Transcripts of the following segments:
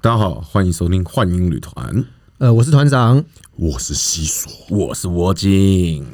大家好，欢迎收听幻影旅团，呃，我是团长，我是西索。我是魔镜，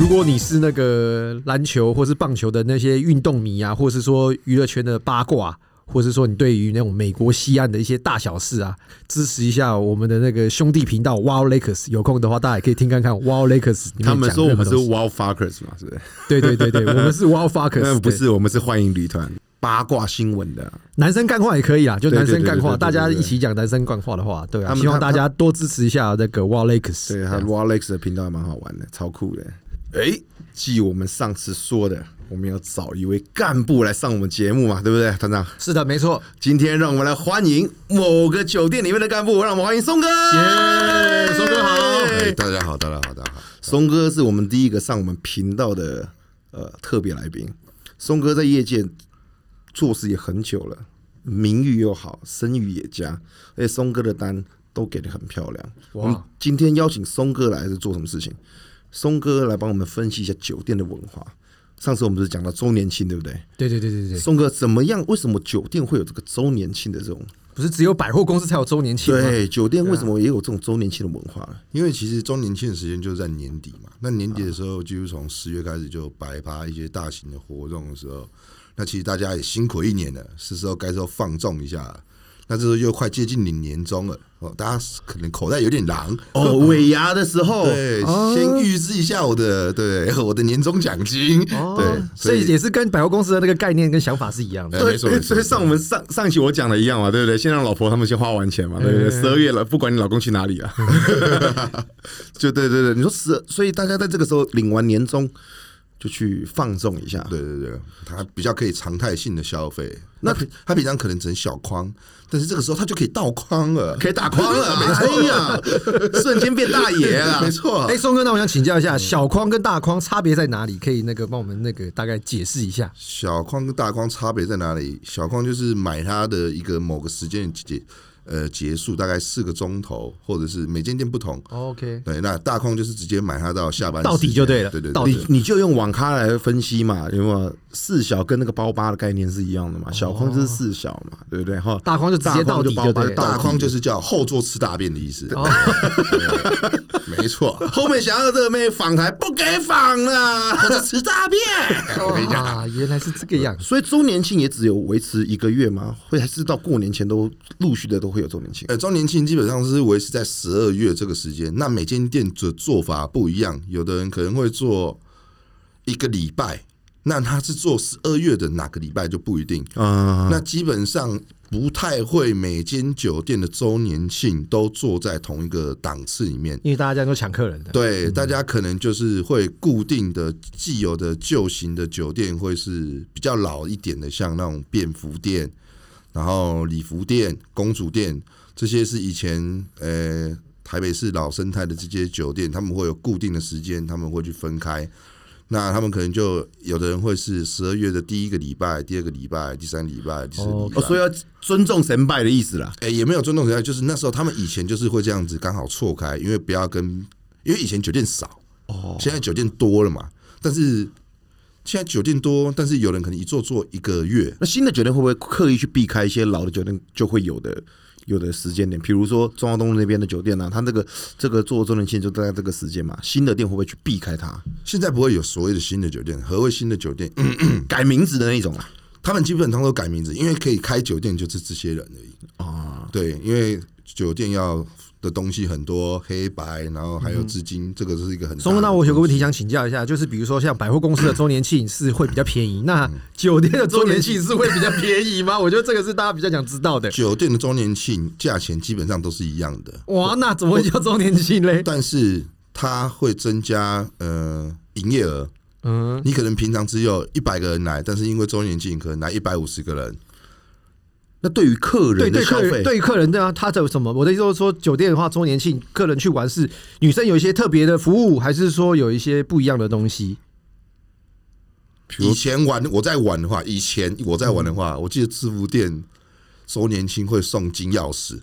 如果你是那个篮球或是棒球的那些运动迷啊，或是说娱乐圈的八卦，或是说你对于那种美国西岸的一些大小事啊，支持一下我们的那个兄弟频道 Wow Lakers。有空的话，大家也可以听看看 Wow Lakers 里面讲的他们说我们是任何东西 Wow Fuckers 嘛，是不是？对对对 对，我们是那 Wow Fuckers，不对是，我们是幻影旅团八卦新闻的。男生干话也可以啊，就对男生对对对干话，对对大家对对一起讲男生干话的话，对他啊，们希望他大家多支持一下那个 Wow Lakers。对，他 Wow Lex 的频道还蛮好玩的，超酷的。哎，继我们上次说的，我们要找一位干部来上我们节目嘛，对不对，团长？是的，没错。今天让我们来欢迎某个酒店里面的干部，让我们欢迎松哥。耶松哥好哎，大家好，大家好，大家好。松哥是我们第一个上我们频道的呃特别来宾。松哥在业界做事也很久了，名誉又好，声誉也佳，而且松哥的单都给的很漂亮。哇我们今天邀请松哥来是做什么事情？松哥来帮我们分析一下酒店的文化。上次我们不是讲到周年庆，对不对？对对对对对，松哥怎么样？为什么酒店会有这个周年庆的这种？不是只有百货公司才有周年庆吗？对，啊酒店为什么也有这种周年庆的文化呢？因为其实周年庆的时间就是在年底嘛，那年底的时啊候，就是从十月开始就摆趴一些大型的活动的时候，那其实大家也辛苦一年了，是时候该时候放纵一下了。那这时候又快接近你年终了哦，大家可能口袋有点狼，哦，尾牙的时候，对，先预支一下我的对 我的年终奖金，哦对，哦所以也是跟百货公司的那个概念跟想法是一样的。哎没错对，没错所以上我们上上期我讲的一样嘛，对不对？先让老婆他们先花完钱嘛，对不对？十二月了，不管你老公去哪里啊，就对对对，你说十二，所以大家在这个时候领完年终就去放纵一下，对对对，他比较可以常态性的消费。那他平常可能只能小框，但是这个时候他就可以倒框了，可以打框了，没错呀，瞬间变大爷了 没。错哎、。松哥，那我想请教一下，小框跟大框差别在哪里？可以那个帮我们那个大概解释一下。小框跟大框差别在哪里？小框就是买它的一个某个时间结呃结束，大概四个钟头，或者是每间店不同。 OK，对，那大框就是直接买它到下班哦到底时间就对了对对到对，底你你就用网咖来分析嘛，有没有四小跟那个包八的概念是一样的嘛？小框就是四小嘛，对不对？哈，大框就直接到底哦大框就包八就对了到底大框就是叫后座吃大便的意思。对 没错，后面想要这个妹访台不给访了，我在吃大便。啊，原来是这个样子。所以周年庆也只有维持一个月吗？会还是到过年前都陆续的都会有周年庆？呃，周年庆基本上是维持在十二月这个时间。那每间店的做法不一样，有的人可能会做一个礼拜，那他是做十二月的哪个礼拜就不一定。啊、那基本上不太会每间酒店的周年庆都坐在同一个档次里面。因为大家这样都抢客人的，对，嗯大家可能就是会固定的既有的旧型的酒店会是比较老一点的，像那种便服店，然后礼服店、公主店，这些是以前呃台北市老生态的这些酒店，他们会有固定的时间，他们会去分开。那他们可能就有的人会是十二月的第一个礼拜、第二个礼拜、第三个礼拜、第四个礼拜，哦，所以要尊重神拜的意思啦。哎、也没有尊重人家，就是那时候他们以前就是会这样子刚好错开，因为不要跟，因为以前酒店少，哦，现在酒店多了嘛，但是现在酒店多，但是有人可能一坐坐一个月，那新的酒店会不会刻意去避开一些老的酒店就会有的有的时间点？比如说中央东路那边的酒店呢、啊，它这个这个做周年庆就大概这个时间嘛。新的店会不会去避开它，现在不会有所谓的新的酒店，何谓新的酒店？嗯改名字的那一种啊？他们基本上都改名字，因为可以开酒店就是这些人而已啊，对，因为酒店要。的东西很多，黑白，然后还有资金，这个是一个很大的松哥，那我有个东问西题想请教一下，就是比如说像百货公司的周年庆是会比较便宜，那酒店的嗯 周年庆是会比较便宜吗？我觉得这个是大家比较想知道的。酒店的周年庆价钱基本上都是一样的，哇，那怎么会叫周年庆嘞？但是它会增加呃营业额。嗯，你可能平常只有一百个人来，但是因为周年庆可能来一百五十个人。那对于客对人的对消客人费，对客人的啊，他这有什么？我的意思就是说，酒店的话，周年庆客人去玩是女生有一些特别的服务，还是说有一些不一样的东西？以前玩我在玩的话，以嗯前我在玩的话，我记得制服店周年庆会送金钥匙，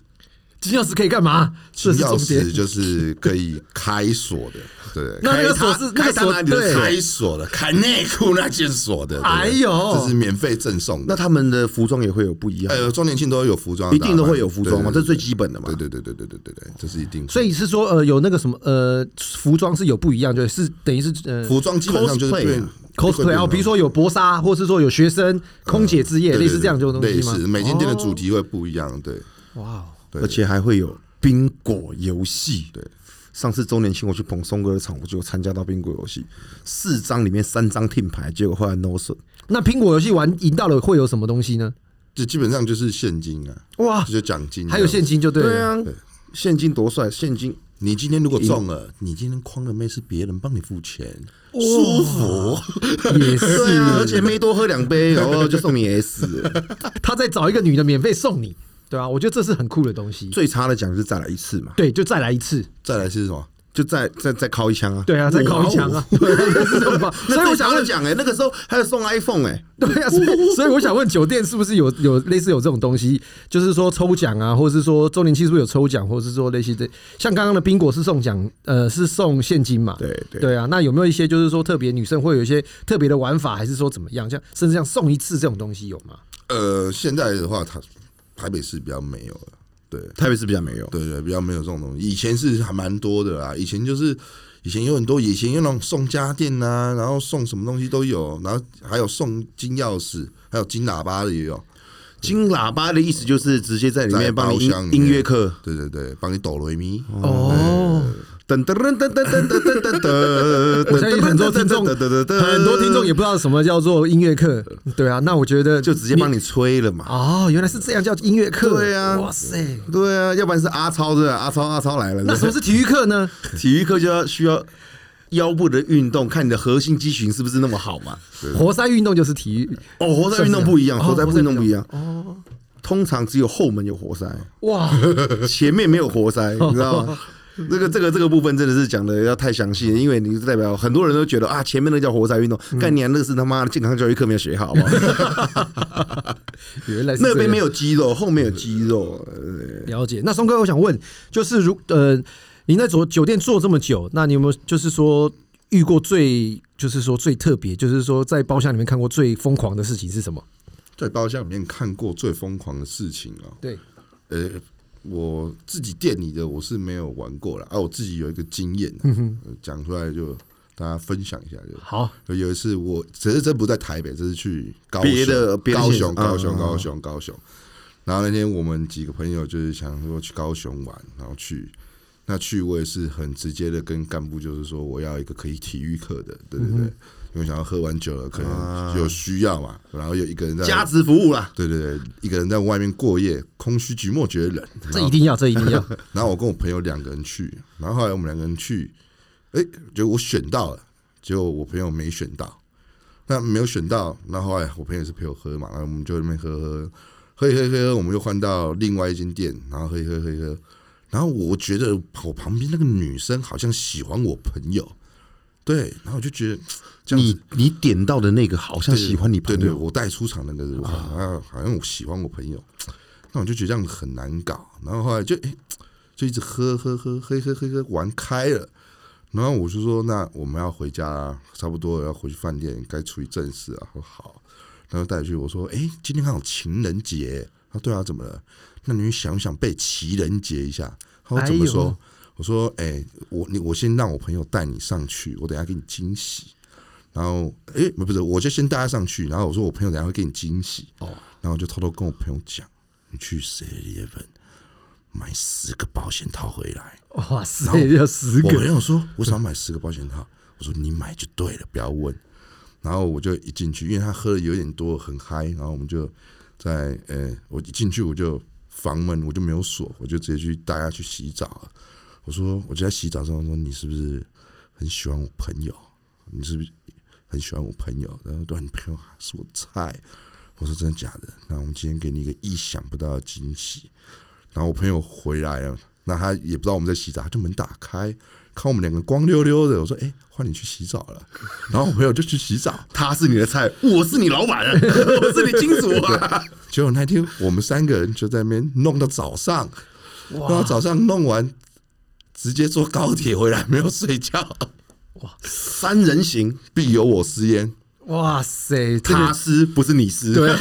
金钥匙可以干嘛？这金是重钥点匙。就是可以开锁的， 对，那那个开锁它是那开个它锁哪里的对开锁的，开内裤那件锁的，对哎呦这是免费赠送那的。他们的服装也会有不一样，呃，周年庆都有服装，一定都会有服装嘛，这对是最基本的嘛。对对对对对对对，这是一定。所以是说，呃，有那个什么，呃，服装是有不一样，就是等于是呃服装基本上就是 cosplay 对啊 cosplay 啊，比如说有薄纱，或是说有学生空姐之夜，对对类似这样这种东类西吗哦似？每间店的主题会不一样，对哇哦，对而且还会有宾果游戏。对，上次周年庆我去捧松哥的场，我就参加到宾果游戏，四张里面三张听牌，结果后来 no 损。那苹果游戏玩赢到了会有什么东西呢？就基本上就是现金啊，哇，就奖金，还有现。金就对对了。啊，现金多帅，现金你今天如果中了，你今天框的妹是别人帮你付钱，舒服。也对啊，而是，且没多喝两 杯，然后就送你 S。他再找一个女的免费送你，对啊，我觉得这是很酷的东西。最差的奖就是再来一次嘛，对，就再来一次。再来是什么？就再再再敲一枪啊。对啊，再搞一枪啊！ 对啊，这是什么？所 以那我最想差的问，奖哎，那个时候还有送 iPhone 哎、对啊，所以所以我想问，酒店是不是有有类似有这种东西？就是说抽奖啊，或者是说周年庆是不是有抽奖，或者是说类似这像刚刚的宾果是送奖，呃，是送现金嘛？对对对啊，那有没有一些就是说特别女生会有一些特别的玩法，还是说怎么样？像甚至像送一次这种东西有吗？呃，现在的话，它台北市比较没有了，对台北市比较没有。对对，比较没有这种东西。以前是还蛮多的啦，以前就是以前有很多，以前有那种送家电呐、然后送什么东西都有，然后还有送金钥匙，还有金喇叭的也有。金喇叭的意思就是直接在里面帮你在包厢音里面音乐课，对对对，帮你抖雷咪，哦， 噔噔噔噔噔噔噔噔噔。我相信很多听众，噔噔噔噔噔很多听众也不知道什么叫做音乐 课。对啊，那我觉得就直接帮你吹了嘛。哦，原来是这样叫音乐课。对啊哇塞！对啊，要不然是阿超对吧？阿超阿超来了，那什对么是体育课呢？不对体育课就要需要腰部的运动，看你的核心肌群是不是那么好嘛？活塞运动就是体育，哦，活塞运动不一样，是不活是塞运动不一样哦。通常只有后门有活塞，哇， 前面没有活 塞，你知道吗？这个这个这个部分真的是讲的要太详细了，因为你是代表很多人都觉得啊，前面那叫活塞运动，干你啊，那是他妈的健康教育课没有学好，好不好？原来是那边没有有肌肉，后面有肌肉，了解。那松哥，我想问，就是如呃，您在酒酒店做这么久，那你有没有就是说遇过最就是说最特别，就是说在包厢里面看过最疯狂的事情是什么？在包厢里面看过最疯狂的事情啊、对，呃、我自己店里的我是没有玩过了，啊，我自己有一个经验嗯啊、呃讲、出来就大家分享一下就。好，有一次我，只是这不在台北，这是去高雄别的别的高县雄，市高嗯嗯雄，嗯高雄，高雄。然后那天我们几个朋友就是想说去高雄玩，然后去，那去我也是很直接的跟干部就是说我要一个可以体育课的，对对嗯对，因为想要喝完酒了可啊能有需要嘛，然后有一个人在价值服务啦。对对对，一个人在外面过夜，空虚寂寞觉得冷。这一定要，这一定 要。然后我跟我朋友两个人去，然后后来我们两个人去，哎、结果我选到了，结果我朋友没选到。那没有选到，那后来我朋友也是陪我喝嘛，然后我们就在那边喝喝喝一喝一喝一喝，我们又换到另外一间店，然后喝一喝喝一喝，然后我觉得我旁边那个女生好像喜欢我朋友，对，然后我就觉得这样子你你点到的那个好像喜欢你朋对对，友，我带出场那个是我朋友，啊，好像我喜欢我朋友，那我就觉得这样很难搞。然后后来就哎、就一直喝喝喝喝喝喝喝玩开了。然后我就说，那我们要回家啦，差不多了要回去饭店，该处理正事啊。说好，然后带去我说，哎、今天刚好情人节。他说对啊，怎么了？那你想不想被情人节一下？他说怎么说？哎呦我说，哎、我你我先让我朋友带你上去，我等一下给你惊喜。然后，哎、不是，我就先带他上去，然后我说我朋友等一下会给你惊喜，哦，然后我就偷偷跟我朋友讲，你去 s e v e n 买十个保险套回来。哇塞，要十我朋个，友说，我想买十个保险套，我说你买就对了，不要问。然后我就一进去，因为他喝的有点多，很嗨，然后我们就在呃，我一进去我就房门我就没有锁，我就直接去带他去洗澡了。我说我就在洗澡上说你是不是很喜欢我朋友？你是不是很喜欢我朋友？然后对你朋友是我菜。我说真的假的？那我们今天给你一个意想不到的惊喜。然后我朋友回来了，那他也不知道我们在洗澡，他就门打开，看我们两个光溜溜的。我说：“哎、换你去洗澡了。”然后我朋友就去洗澡。他是你的菜，我是你老板，我是你金主啊。结果那天我们三个人就在那边弄到早上，然后早上弄完，直接坐高铁回来，没有睡觉，三人行，必有我师焉。哇塞，这他个师不是你师，对，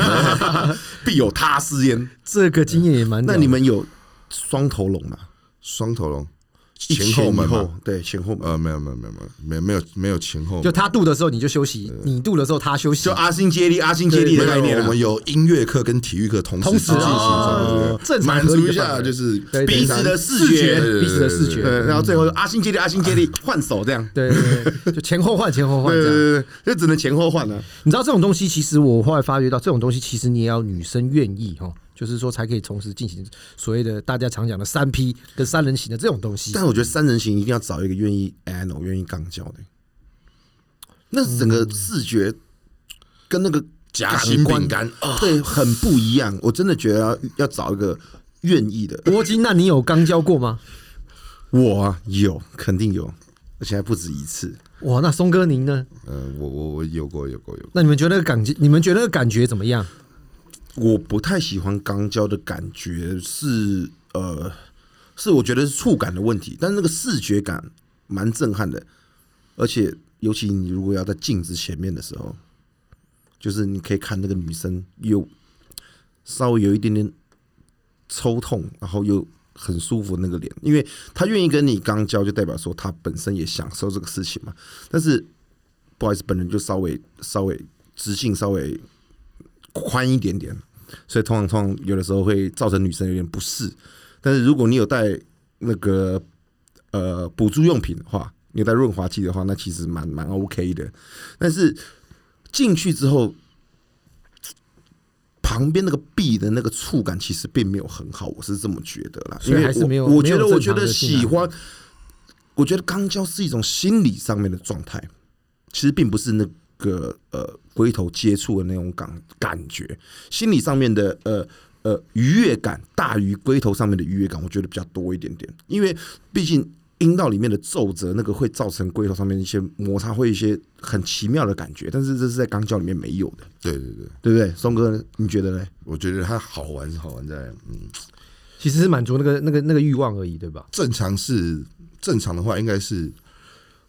必有他师焉。这个经验也蛮屌那的。你们有双头龙吗？双头龙，一前后门一嘛？后，对，前后门。呃，没有没有没有没有没有没有没有前后门，就他渡的时候你就休息，你渡的时候他休息，就阿星接力，阿星接力的没有概念我啊们，有音乐课跟体育课同时同进时行，哦啊对正常满合理足的一下范围就是对对彼对此的视视觉觉，彼此的视觉，对，然后最后就阿星接力，阿星接力，换手这样。对对对，就前后换前后换对这对样。对，对就只能前后换了。你知道这种东西，其实我后来发觉到，这种东西其实你也要女生愿意哦，就是说才可以同时进行所谓的大家常讲的三 P 跟三人行的这种东西。但我觉得三人行一定要找一个愿意 ano、愿意杠交的，那整个视觉跟那个夹心饼嗯感啊干官，对，很不一样。我真的觉得要要找一个愿意的。波金，那你有刚交过吗？我啊有，肯定有，而且还不止一次。哇，那松哥您呢？呃，我我我有过有过有过，那你们觉得那个感觉，你们觉得那个感觉怎么样？我不太喜欢肛交的感觉是呃，是我觉得是触感的问题，但是那个视觉感蛮震撼的，而且尤其你如果要在镜子前面的时候，就是你可以看那个女生又稍微有一点点抽痛，然后又很舒服那个脸，因为她愿意跟你肛交，就代表说她本身也享受这个事情嘛。但是不好意思，本人就稍微稍微直性稍微宽一点点，所以通常通常有的时候会造成女生有点不适。但是如果你有带那个呃补助用品的话，你有带润滑剂的话，那其实蛮蛮 OK 的。但是进去之后，旁边那个壁的那个触感其实并没有很好，我是这么觉得啦。所以因为还是没有我我没有觉得正我觉常得的进来喜欢，我觉得肛交是一种心理上面的状态，其实并不是那个呃龟头接触的那种感感觉，心理上面的呃呃愉悦感大于龟头上面的愉悦感，我觉得比较多一点点，因为毕竟阴道里面的皱褶那个会造成龟头上面一些摩擦，会有一些很奇妙的感觉，但是这是在肛交里面没有的，对对对，对不对？松哥呢，你觉得呢？我觉得它好玩是好玩在，嗯，其实是满足那个那个那个欲望而已，对吧？正常是正常的话，应该是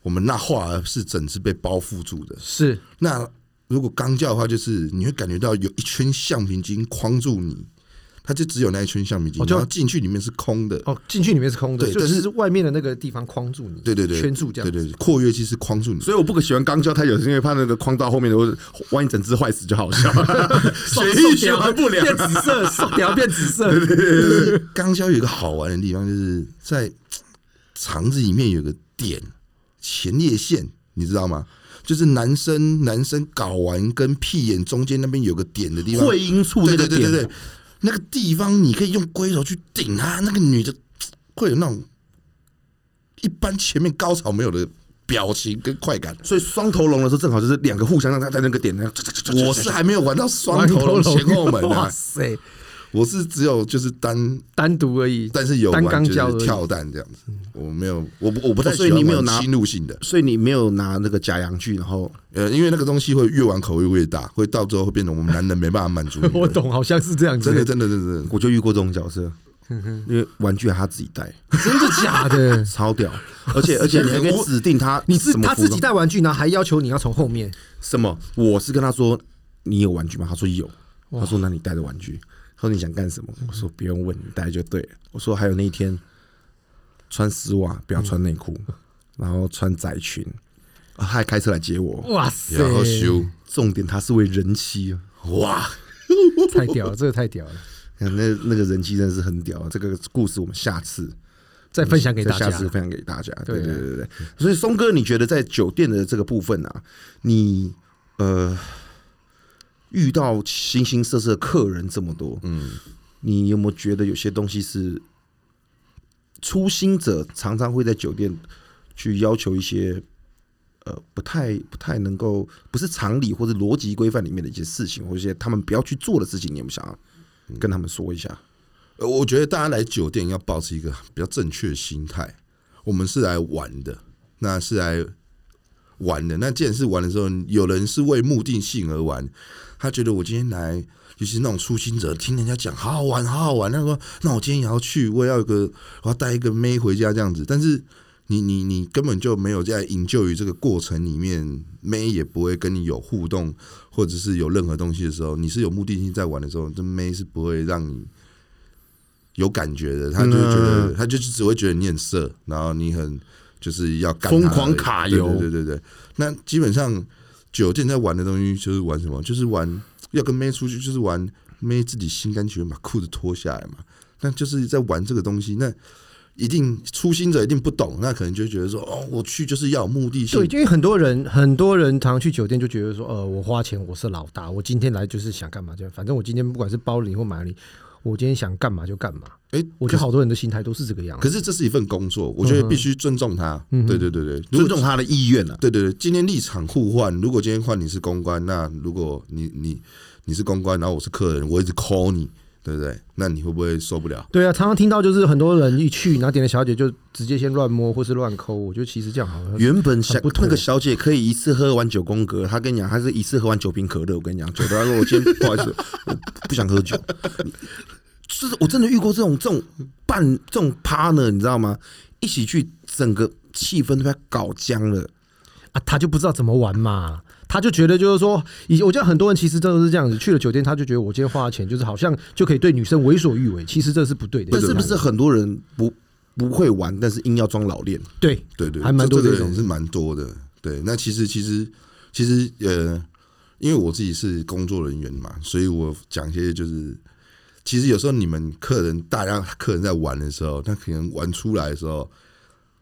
我们那话儿是整是被包覆住的，是，那如果刚叫的话，就是你会感觉到有一圈橡皮筋框住你，它就只有那一圈橡皮筋，哦就然后进去里面是空的。哦，进去里面是空的，对就但只是是外面的那个地方框住你，对对对，圈住这样。对对对，括约肌是框住你。所以我不喜欢肛交太久，是因为怕那个框到后面的，我万一整只坏死就好笑，血液循环不良变。紫色，送条变紫色。肛交有一个好玩的地方，就是在肠子里面有个点前列腺，你知道吗？就是男生男生睾丸跟屁眼中间那边有个点的地方，会阴处那对个对对对点，对，那个地方你可以用龟头去顶它，那个女的会有那种一般前面高潮没有的表情跟快感。所以双头龙的时候正好就是两个互相让它在那个点那样。我是还没有玩到双头龙前后门哇啊，塞，我是只有就是单，单独而已。但是有单玩钢就胶而是已跳蛋这样子，我没有，我不我不太哦所以喜欢你没有玩拿侵入性的，所以你没有拿那个假阳具，然后呃，因为那个东西会越玩口味越大，会到最后会变得我们男人没办法满足你。我懂，好像是这样子。真的真的真的真的，我就遇过这种角色，嗯因为玩具还他自己带，？真的假的超 屌，而且而且 你还可以指定他你自什么他服自装己带玩具呢，还要求你要从后面。什么？我是跟他说你有玩具吗？他说有，他说那你带着玩具，他说你想干什嗯么？我说不用问，你带就对了。我说还有那一天穿丝袜，不要穿内裤，嗯然后穿窄裙，啊他还开车来接我，哇塞，然后修重点他是位人妻啊。哇，太屌了，这个太屌了，那那个人气真的是很屌，这个故事我们下次再分享给大再家下。次分享给大家。对对啊对对对，所以松哥，你觉得在酒店的这个部分啊，你呃遇到形形色色的客人这么多，嗯，你有没有觉得有些东西是初心者常常会在酒店去要求一些？呃，不太不太能够，不是常理或者逻辑规范里面的一些事情，或者一些他们不要去做的事情，你有没有想嗯要跟他们说一下？呃，我觉得大家来酒店要保持一个比较正确的心态。我们是来玩的，那是来玩的。那既然是玩的时候，有人是为目的性而玩，他觉得我今天来。就是那种初心者，听人家讲好好玩，好好玩。那说，那我今天也要去，我也要有个，我要带一个妹回家这样子。但是你你你根本就没有在营救于这个过程里面，妹也不会跟你有互动，或者是有任何东西的时候，你是有目的性在玩的时候，这妹是不会让你有感觉的，她就会觉得，她就是只会觉得你很色，然后你很就是要干疯她狂而已卡对油对对对对。那基本上酒店在玩的东西就是玩什么，就是玩要跟妹出去，就是玩妹自己心甘情愿把裤子脱下来嘛，那就是在玩这个东西，那。一定初心者一定不懂，那可能就会觉得说，哦，我去就是要有目的性，对，因为很多人很多人常去酒店就觉得说，呃，我花钱我是老大，我今天来就是想干嘛就反正我今天不管是包你或买你，我今天想干嘛就干嘛。诶我觉得好多人的心态都是这个样子。可是这是一份工作，我觉得必须尊重他。嗯对对对对，尊重他的意愿啊。对对对，今天立场互换。如果今天换你是公关，那如果你你你是公关，然后我是客人，我一直 call 你，对不对？那你会不会受不了？对啊，常常听到就是很多人一去，然后点了小姐就直接先乱摸或是乱抠，我觉得其实这样好像原本小很不妥那个小姐可以一次喝完九宫格，她跟你讲，她是一次喝完九瓶可乐。我跟你讲，酒 的她说我今天不好意思，我不想喝酒。是我真的遇过这种这种伴这种 partner，你知道吗？一起去，整个气氛都被她搞僵了。啊，他就不知道怎么玩嘛，他就觉得就是说，以我觉得很多人其实真的是这样子，去了酒店他就觉得我今天花了钱，就是好像就可以对女生为所欲为，其实这是不对的。但是不是很多人不不会玩，但是硬要装老练？对对对，还蛮多这这这个种人是蛮多的。对，那其实其实其实呃，因为我自己是工作人员嘛，所以我讲一些就是，其实有时候你们客人大家客人在玩的时候，那可能玩出来的时候，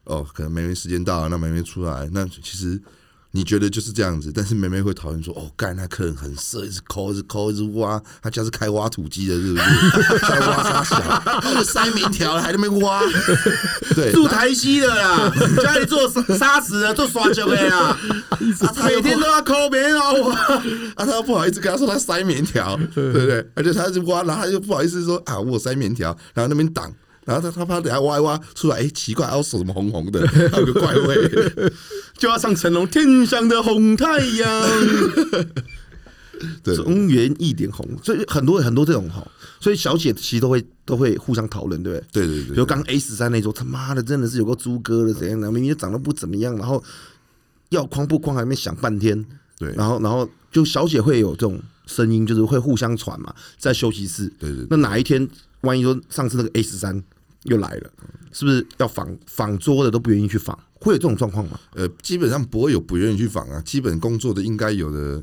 哦，可能妹妹时间到了，那妹妹出来，那其实。你觉得就是这样子，但是妹妹会讨厌说：“哦，干，那客人很色，一直抠，一直抠，一直挖，他家是开挖土机的，是 不是？在挖沙小，他们塞棉条了还在那边挖， 对，住台西的 啦，家里做沙沙石的，做耍酒的 啦，啊每天都要抠别人啊我。啊，他又不好意思跟他说他塞棉条， 对不对？而且他就挖，然后他就不好意思说啊，我有塞棉条，然后那边挡，然后他他怕等下挖一挖出来，哎、奇怪，啊我手怎么红红的， 还有个怪味。 就要上成龙《天上的红太阳》，对中原一点红，所以很多很多这种哈，所以小姐其实都会都会互相讨论，对不对？对对比对如对，刚 A 十三那一桌，他妈的真的是有个猪哥的怎样的，明明就长得不怎么样，然后要框不框还没想半天，对然后然后就小姐会有这种声音，就是会互相传嘛，在休息室，对对对那哪一天万一说上次那个 A 十三又来了，是不是要仿仿桌的都不愿意去仿？会有这种状况吗？呃，基本上不会有不愿意去访啊，基本工作的应该有的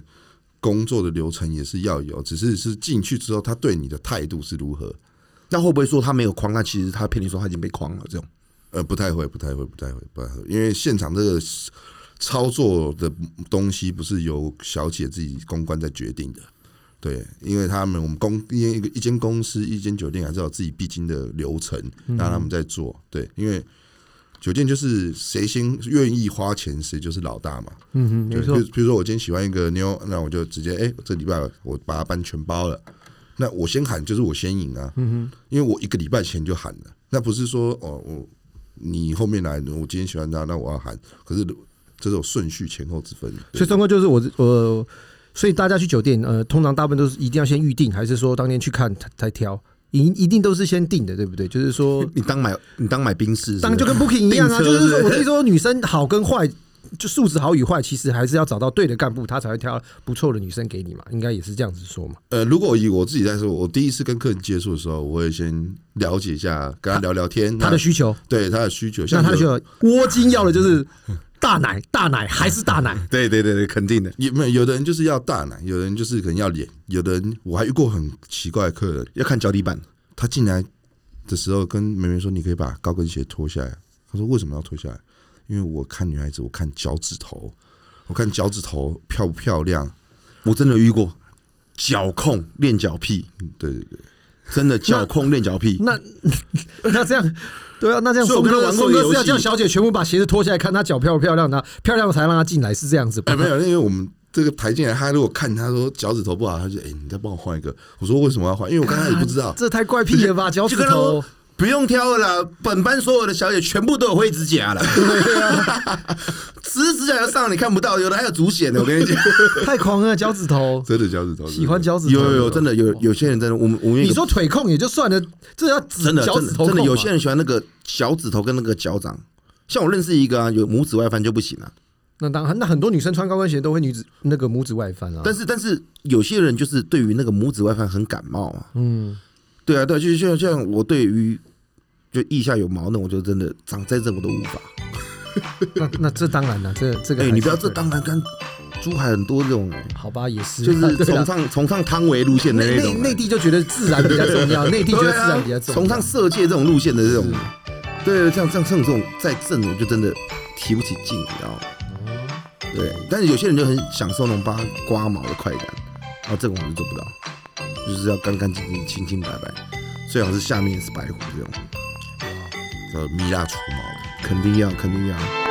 工作的流程也是要有，只是是进去之后他对你的态度是如何。那会不会说他没有框？那其实他骗你说他已经被框了，这种，呃，不太会，不太会，不太会，不太会，因为现场这个操作的东西不是由小姐自己公关在决定的，对，因为他们我们公因为一个一间公司一间酒店还是有自己必经的流程，让他们在做，对，因为酒店就是谁先愿意花钱，谁就是老大嘛，嗯哼，对，没比错如，比如说我今天喜欢一个妞，那我就直接哎、这礼拜我把它搬全包了。那我先喊就是我先赢啊，嗯、因为我一个礼拜前就喊了，那不是说哦我你后面来，我今天喜欢他，那我要喊，可是这是有顺序前后之分的。所以中哥就是我我，所以大家去酒店，呃，通常大部分都是一定要先预定，还是说当天去看才才挑？一一定都是先定的，对不对？就是说 你当买你当买冰室是不是，当然就跟 Booking 一样啊，订就车是说是我不跟是你说，女生好跟坏，就素质好与坏，其实还是要找到对的干部，他才会挑不错的女生给你嘛，应该也是这样子说嘛。呃，如果以我自己来说，我第一次跟客人接触的时候，我会先了解一下，跟他聊聊天，他那的需求，对他的需求，那像他的有需求，窝金要的就是大 奶，大奶还是大奶。对对对对，肯定的。有没有有的人就是要大奶，有的人就是可能要脸，有的人我还遇过很奇怪的客人，要看脚底板，他进来的时候跟梅梅说：“你可以把高跟鞋脱下来。”他说：“为什么要脱下来？因为我看女孩子，我看脚趾头，我看脚趾头漂不漂亮。我真的有遇过脚控练脚癖，”对对对，真的脚控练脚癖。那 那这样，对啊，那这样，所以我松跟他哥玩过松一个哥是要游戏叫小姐全部把鞋子脱下来，看她脚漂不漂亮呢？漂亮才让她进来，是这样子吧哎，？没有，因为我们这个台进来，他如果看他说脚趾头 不好，他就哎、你再帮我换一个。”我说：“为什么要换？因为我刚才也不知道。这太怪癖了吧，脚就趾跟他说头。不用挑了啦，本班所有的小姐全部都有灰指 甲了，啊只是指甲要上你看不到，有的还有足癣的，我跟 你讲，太狂了，脚趾头， 真的脚趾头，喜欢脚趾头。有有有，真的有有些人真的，我们我们有一你个说腿控也就算了，这要指真的脚真趾的头真的控啊有嘛些人喜欢那个小指头跟那个脚掌，像我认识一个啊，有拇指外翻就不行啊，那当然，那很多女生穿高跟鞋都会女子那个拇指外 翻啊。但是是但是有些人就是对于那个拇指外翻很感冒啊，嗯，对啊对啊，就是像像我对于就腋下有毛那我就真的长再正我都无法。那那这当然了，这这个哎、还是你不要对这当然跟珠海很多这种、欸，好吧，也是就是 对啦崇啊尚崇尚汤唯路线的内那内种、啊欸，内地就觉得自然比 较重要，内地觉得自然比较重要。崇尚色戒这种路线的这种，对，像像像这种再正，我就真的提不起劲，你知道吗？对，但是有些人就很享受那种帮他刮毛的快感，然后这种我就做不到，就是要干干净净、清清白白，最好是下面也是白虎这种，呃，蜜蜡除毛。肯定要，肯定要。